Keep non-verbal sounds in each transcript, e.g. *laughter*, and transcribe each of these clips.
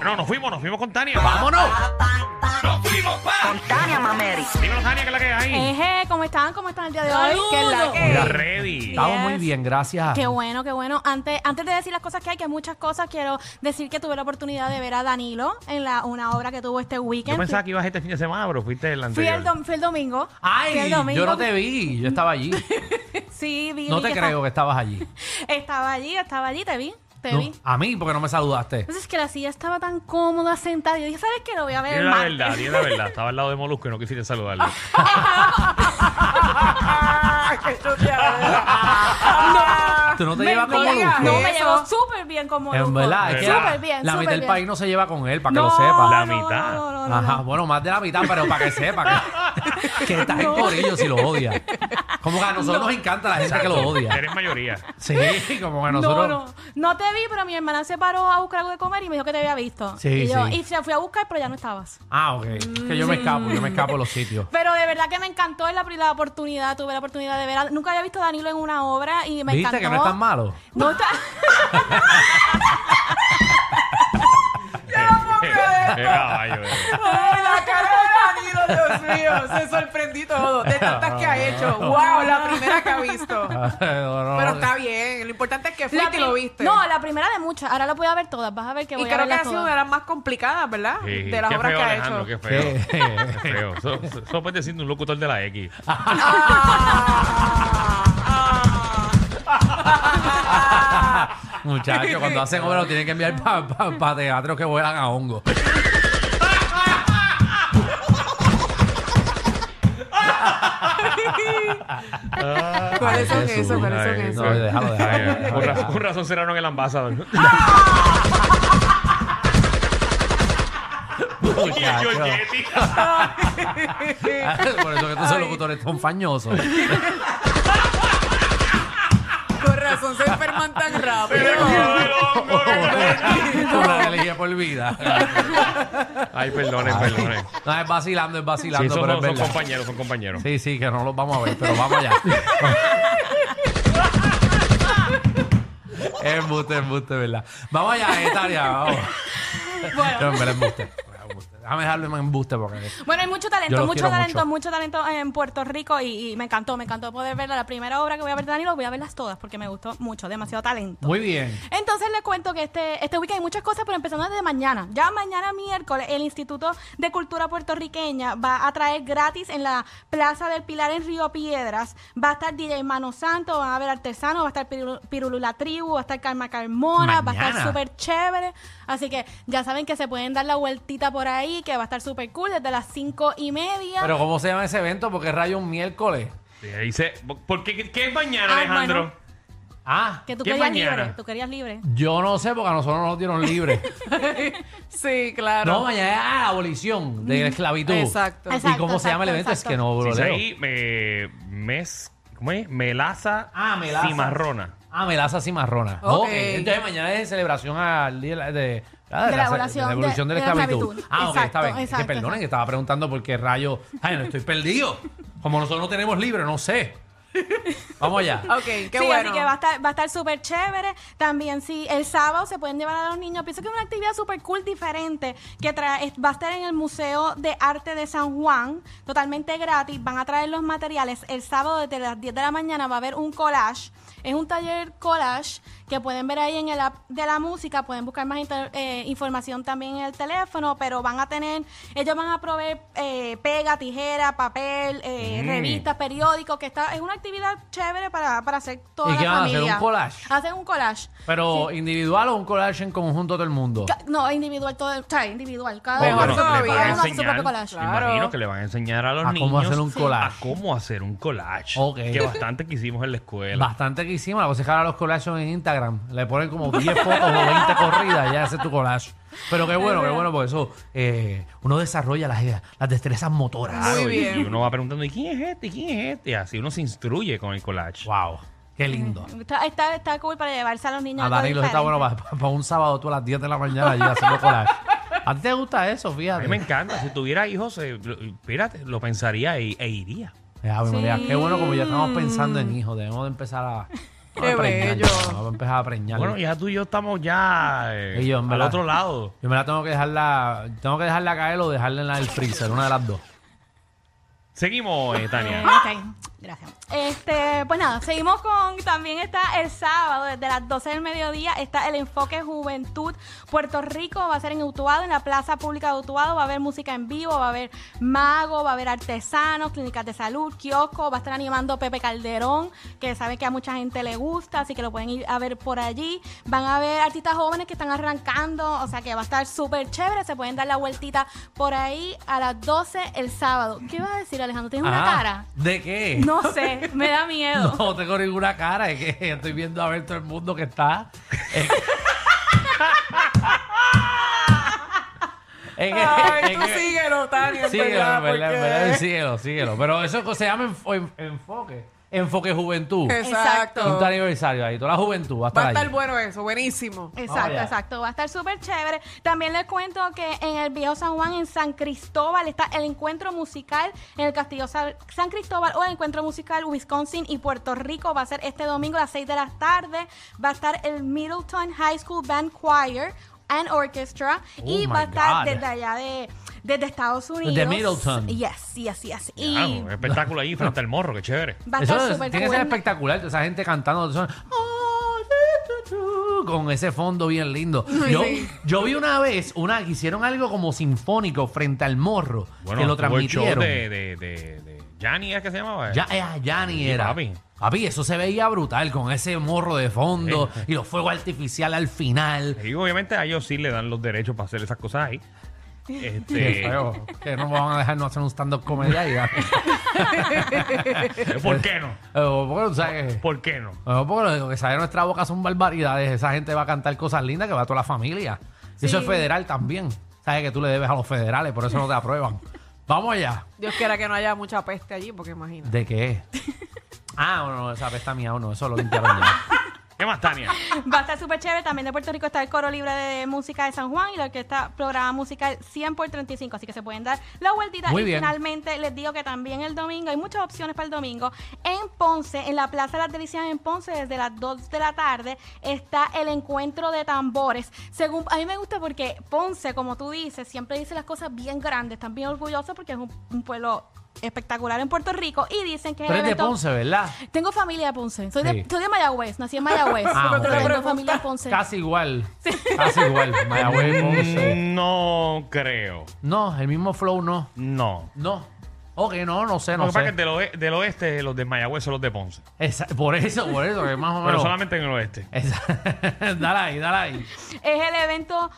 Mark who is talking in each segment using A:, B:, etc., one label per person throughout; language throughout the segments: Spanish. A: no, nos fuimos, nos fuimos con Tania.
B: ¡Vámonos!
A: ¡Nos fuimos, pa!
C: Tania *laughs* Mameri.
A: Dímelo, Tania, que es la que
B: Eh,
A: hay.
D: Eje, ¿cómo están? ¿Cómo están el día de hoy? ¿Qué es la que?
A: Mira, ready.
B: *laughs* Estamos
D: Yes.
B: muy bien, gracias.
D: Qué bueno, qué bueno. Antes, antes de decir las cosas que hay, que hay muchas cosas, quiero decir que tuve la oportunidad de ver a Danilo en la, una obra que tuvo este
A: Yo
D: weekend.
A: pensaba que ibas este fin de semana, pero fuiste el
D: Fui
A: anterior.
D: el, dom- fui el domingo. Fui
B: Ay,
D: el domingo.
B: yo no te vi, yo estaba allí.
D: *laughs* Sí, vi.
B: No
D: vi
B: te
D: que
B: creo que estabas allí.
D: esta- Estaba allí, estaba allí, te vi, te
B: No,
D: vi.
B: a mí, porque no me saludaste.
D: Entonces que la silla estaba tan cómoda sentada. Yo dije, ¿sabes qué? Lo voy a ver.
A: Dile la
D: el martes". *laughs*
A: verdad, dile la verdad. Estaba al lado de Molusco y no quisiste saludarlo.
B: Ah, Tú no te
D: Me-
B: llevas
D: me
B: con
D: llevo-
B: Molusco.
D: Ah, No, me
C: Eso.
D: llevo súper bien con Molusco.
B: En verdad, es que la,
D: Súper bien,
B: la
D: súper
B: mitad del
D: bien.
B: país no se lleva con él, para que
D: no,
B: lo sepa.
A: La
D: no, no,
A: mitad.
D: no, no, no,
B: Ajá,
D: no.
B: bueno, más de la mitad, pero para que sepa que, que estás en corillo si lo odia. Como que a nosotros nos encanta la gente que lo odia.
A: Eres mayoría.
B: Sí, como que
D: No,
B: nosotros.
D: no, no te vi, pero mi hermana se paró a buscar algo de comer y me dijo que te había visto.
B: Sí,
D: y yo,
B: sí.
D: y se fui a buscar, pero ya no estabas.
B: Ah, ok. Es que yo me escapo, yo me escapo de los sitios.
D: Pero de verdad que me encantó es la, pri- la oportunidad, tuve la oportunidad de ver. a- nunca había visto a Danilo en una obra y me
B: ¿Viste
D: encantó.
B: que no es tan
D: *laughs*
B: malo? *laughs*
D: No está.
A: *laughs* Qué caballo, eh.
C: Ay, la cara de Danilo, Dios mío. Se sorprendí todo. De tantas que ha hecho. Wow, la primera que ha visto.
B: No, no,
C: Pero
B: no.
C: está bien. Lo importante es que
D: la
C: fuiste y lo
D: pri-
C: *laughs* viste.
D: No, la primera de muchas. Ahora la voy a ver todas. Vas a ver que
C: y
D: voy a
C: creo que
D: verlas
C: ha sido
D: todas.
C: de las más complicadas, ¿verdad?
A: Sí,
C: De las
A: qué
C: obras
A: feo,
C: que ha
A: Alejandro,
C: hecho. *laughs*
A: qué feo.
B: Sí.
A: Qué feo. Eso, eso- eso puede decir de un locutor de la X.
D: Ah.
C: *laughs* Ah, ah.
B: Muchachos, cuando hacen obra lo tienen que enviar para teatros que vuelan a hongo.
C: ¿Cuáles son
B: Jesús,
C: esos? ¿Cuáles son
A: ay,
C: esos?
B: No, déjalo, déjalo.
A: Ay, Con razón, con razón cerraron el ambasador.
B: *laughs*
A: Y el
B: Muchacho.
A: Giorgetti.
B: Por eso que estos locutores son fañosos.
C: Con razón se enferman
D: *laughs*
C: tan rápido.
A: Mira cómo va el hongo,
B: Una religión por vida.
A: Ay, perdonen, perdonen.
B: No, es vacilando,
A: Sí,
B: es vacilando,
A: son,
B: pero es
A: son
B: verdad.
A: compañeros, son compañeros.
B: Sí, sí, que no los vamos a ver, pero vamos allá. embuste, embuste, ¿verdad? Vamos allá, eh, Tania, vamos. No, en
D: Bueno.
B: verdad, embuste. embuste. Déjame dejarlo en embuste porque...
D: Bueno, hay mucho
B: Yo
D: talento,
B: los
D: mucho
B: quiero
D: talento,
B: mucho.
D: mucho. talento en Puerto Rico y, y me encantó, me encantó poder verla. La primera obra que voy a ver de Danilo, voy a verlas todas porque me gustó mucho, demasiado talento.
B: Muy bien.
D: Entonces les cuento que este, este weekend hay muchas cosas, pero empezando desde mañana. Ya mañana miércoles, el Instituto de Cultura Puertorriqueña va a traer gratis en la Plaza del Pilar en Río Piedras. Va a estar DJ Mano Santo, van a haber artesanos, va a estar Piru- Pirulú la Tribu, va a estar Karma Carmona, va a
B: Mañana.
D: estar súper chévere. Así que ya saben que se pueden dar la vueltita por ahí, que va a estar súper cool desde las cinco y media.
B: Pero ¿cómo se llama ese evento? Porque rayo un miércoles.
A: Sí, Dice, ¿por qué, qué es mañana,
D: Ah,
A: Alejandro?
D: bueno.
B: Ah,
D: que tú
A: ¿qué
D: querías
A: mañana?
D: libre, tú querías libre.
B: yo no sé porque a nosotros nos dieron libre.
C: Sí, claro.
B: no, mañana es ah, la abolición de la esclavitud.
C: Exacto.
B: ¿Y
D: Exacto,
B: cómo se llama el evento?
D: exacto,
B: Es que no lo
A: Dice
B: leo.
A: ahí, me, mes, ¿cómo es? Melaza
B: Ah, melaza.
A: cimarrona.
B: Ah, melaza cimarrona.
C: Ok.
B: Ok. Entonces mañana es celebración al día de, la- de- de
D: la
B: la-
D: abolición,
B: de la abolición de,
D: de-
B: la
D: de la
B: esclavitud.
D: esclavitud.
B: Ah, ok, está
D: Exacto,
B: bien. Es que
D: exacto,
B: perdonen
D: exacto.
B: que estaba preguntando por qué rayo. Ay, no estoy perdido. Como nosotros no tenemos libre, no sé. Vamos allá.
C: Ok, qué
D: sí,
C: bueno.
D: así que va a estar, va a estar súper chévere. También, sí, el sábado se pueden llevar a los niños. Pienso que es una actividad súper cool, diferente, que trae- es- va a estar en el Museo de Arte de San Juan, totalmente gratis. Van a traer los materiales. El sábado desde las 10 de la mañana va a haber un collage. Es un taller collage que pueden ver ahí en el app de la música. Pueden buscar más inter- eh, información también en el teléfono, pero van a tener, ellos van a proveer eh, pega, tijera, papel, eh,
A: Mm.
D: revistas, periódicos, que está, es una actividad chévere para, para hacer todo
B: ¿Y
D: toda
B: qué
D: la
B: van a hacer?
D: familia.
B: ¿Un collage?
D: Hacen un collage.
B: Pero individual o un collage en conjunto todo el mundo.
D: Ca- No, individual, todo, o sea, individual. Cada
B: Mejor
D: uno hace-
A: Bueno, le
C: todavía.
A: van a
D: cada uno hace su
A: enseñar,
D: propio collage.
A: me imagino que le van a enseñar a los
B: A
A: niños
B: cómo hacer un collage.
A: a cómo hacer un collage.
B: Ok.
A: Que bastante que hicimos en la escuela.
B: Bastante que hicimos. La cosa es que ahora los collages son en Instagram. Le ponen como 10 fotos o 20 corridas y ya hace tu collage. Pero qué bueno, qué bueno, porque eso eh, uno desarrolla las, las destrezas motoras.
A: Claro,
C: Muy
A: y-
C: bien.
A: Y uno va preguntando, ¿y quién es este? ¿Y quién es este? Y así uno se instruye con el collage.
B: Wow, qué lindo.
D: Está, está, está cool para llevarse a los niños.
B: A
D: algo
B: Ah, Danilo está
D: diferente.
B: bueno para, un sábado tú a las 10 de la mañana allí haciendo collage. ¿A ti te gusta eso?
A: A
B: Fíjate.
A: mí me encanta. Si tuviera hijos, eh, lo- espérate, lo pensaría e, e iría.
B: Eh, Ave María,
D: Sí.
B: qué bueno como ya estamos pensando en hijos. Debemos de empezar a,
C: Qué bello.
B: Vamos a empezar a preñar.
A: Bueno, ya tú y yo estamos ya eh,
B: Y yo, en
A: al
B: verdad.
A: otro lado.
B: Yo me la tengo que dejarla, tengo que dejarla caer o dejarla en la del freezer, una de las dos.
A: Seguimos, eh, Tania.
D: *laughs* Ok, gracias. Este, pues nada, seguimos con, también está el sábado, desde las 12 del mediodía, está el enfoque Juventud Puerto Rico, va a ser en Utuado, en la Plaza Pública de Utuado, va a haber música en vivo, va a haber mago, va a haber artesanos, clínicas de salud, kiosco, va a estar animando Pepe Calderón, que sabe que a mucha gente le gusta, así que lo pueden ir a ver por allí. Van a ver artistas jóvenes que están arrancando, o sea que va a estar súper chévere, se pueden dar la vueltita por ahí a las 12 el sábado. ¿Qué vas a decir, Alejandro? ¿Tienes una
B: Ah,
D: cara?
B: ¿De qué?
D: No sé, me da miedo.
B: *laughs* No tengo ninguna cara, es que *laughs* estoy viendo a ver todo el mundo que está. Es que- Es que-
C: Ay,
B: *laughs* es
C: tú
B: que-
C: síguelo, Tania. en
B: síguelo, en
C: verdad,
B: verdad, en verdad,
C: porque-
B: síguelo, síguelo. Pero eso es que se llama enfo- en- enfoque, enfoque juventud.
C: Exacto.
B: Quinto aniversario ahí, toda la juventud va a estar
C: Va a estar
B: allí.
C: bueno eso, buenísimo.
D: Exacto,
B: Vaya.
D: exacto. Va a estar súper chévere. También les cuento que en el Viejo San Juan, en San Cristóbal, está el encuentro musical en el Castillo Sa- San Cristóbal o el encuentro musical Wisconsin y Puerto Rico. Va a ser este domingo a las 6 de la tarde. Va a estar el Middleton High School Band Choir and Orchestra.
B: Oh
D: y
B: my
D: va a estar
B: God.
D: desde allá de... Desde Estados Unidos.
B: Middleton.
D: Yes, yes, yes. Y
A: Claro, un espectáculo ahí frente al morro, qué chévere.
D: va a
B: Eso
D: estar
B: es-
D: súper
B: tiene que ser
D: cool.
B: espectacular, toda esa gente cantando "Oh, son- con ese fondo bien lindo. Yo,
C: sí.
B: yo vi una vez una que hicieron algo como sinfónico frente al morro que lo
A: tuvo el show
B: transmitieron.
A: de, de, de, de Gianni, ¿es que se llamaba?
B: Ya, eh, ya ni
A: Sí,
B: era.
A: papi.
B: Papi, eso se veía brutal con ese morro de fondo
A: Sí.
B: y los fuegos artificiales al final.
A: Y obviamente a ellos sí le dan los derechos para hacer esas cosas ahí.
B: Qué *laughs*
A: Este,
B: feo, que no van a dejarnos hacer un stand-up comedia
A: *laughs*
B: y
A: ¿Por qué no?
B: porque, o sea, que-
A: ¿Por qué no?
B: o porque lo que sale de nuestra boca son barbaridades. Esa gente va a cantar cosas lindas que va a toda la familia. Y Eso
D: Sí.
B: es federal también. Sabes que tú le debes a los federales, por eso no
A: *laughs*
B: te aprueban. Vamos allá.
C: Dios quiera que no haya mucha peste allí, porque imagínate.
A: *laughs*
B: ¿De qué? Ah, no, no, esa pesta mía o no, eso lo limpiaron
A: *laughs*
B: ya.
A: ¿Qué más,
B: *laughs*
A: Tania?
D: Va a estar súper chévere. También de Puerto Rico está el coro libre de música de San Juan y la orquesta programa musical 100 por 35. Así que se pueden dar la vueltita.
B: Muy
D: y
B: bien.
D: finalmente les digo que también el domingo hay muchas opciones para el domingo. En Ponce, en la Plaza de las Delicias en Ponce, desde las 2 de la tarde, está el encuentro de tambores. Según A mí me gusta porque Ponce, como tú dices, siempre dice las cosas bien grandes. Están bien orgullosos porque es un, un pueblo espectacular en Puerto Rico y dicen que es
B: Pero
D: el
B: es de
D: evento-
B: Ponce, ¿verdad?
D: tengo familia de Ponce. Soy,
B: Sí.
D: de, soy de Mayagüez, nací en Mayagüez.
B: *laughs* Ah,
D: Pero
B: ok.
D: Tengo familia de Ponce.
B: Casi igual. Casi
A: *laughs*
B: igual.
A: Mm.
B: Mayagüez, Ponce.
A: No creo.
B: No, el mismo flow no.
A: No.
B: No. Ok, no, no sé,
A: Lo
B: no
A: que pasa es que
B: sé.
A: del oe- del oeste, los de Mayagüez son los de Ponce.
B: Esa- por eso, por eso, que más o
A: Pero
B: menos.
A: solamente en el oeste.
B: Esa- *laughs* dale ahí, dale ahí.
D: Es el evento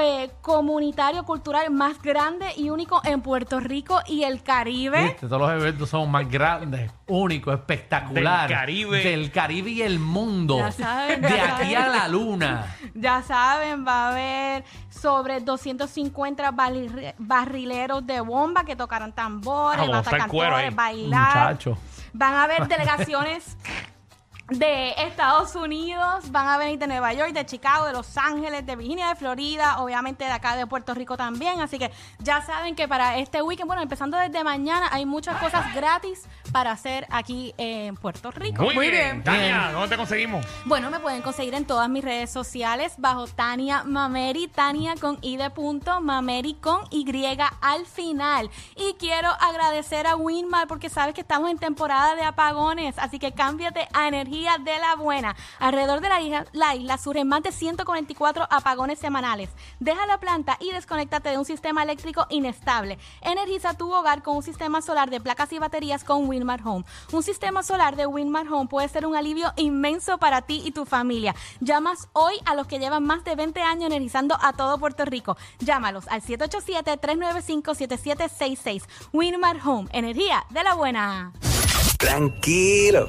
D: eh, comunitario cultural más grande y único en Puerto Rico y el Caribe.
B: Viste, todos los eventos son más grandes, únicos, espectaculares.
A: Del Caribe.
B: Del Caribe y el mundo.
D: Ya saben,
B: de
D: ya
B: aquí a
D: saben.
B: la luna.
D: Ya saben, va a haber sobre 250 barri- barrileros de bomba que tocarán tambores,
A: Ah, como está el cuero ahí.
D: batacantores, bailar.
B: Muchacho.
D: Van a haber delegaciones de Estados Unidos, van a venir de Nueva York, de Chicago, de Los Ángeles, de Virginia, de Florida, obviamente de acá de Puerto Rico también. Así que ya saben que para este weekend, bueno, empezando desde mañana, hay muchas cosas gratis para hacer aquí en Puerto Rico.
A: Muy,
C: Muy
A: bien,
C: bien.
A: Tania, ¿dónde te conseguimos?
D: Bueno, me pueden conseguir en todas mis redes sociales bajo Tania Mameri, Tania con I de punto, Mameri con Y al final. Y quiero agradecer a Winmar porque sabes que estamos en temporada de apagones, así que cámbiate a energía de la buena. Alrededor de la isla, la isla surgen más de 144 apagones semanales. Deja la planta y desconéctate de un sistema eléctrico inestable. Energiza tu hogar con un sistema solar de placas y baterías con Winmar Home. Un sistema solar de Winmar Home puede ser un alivio inmenso para ti y tu familia. Llamas hoy a los que llevan más de 20 años energizando a todo Puerto Rico. Llámalos al 787-395-7766. Winmar Home, energía de la buena.
E: Tranquilo,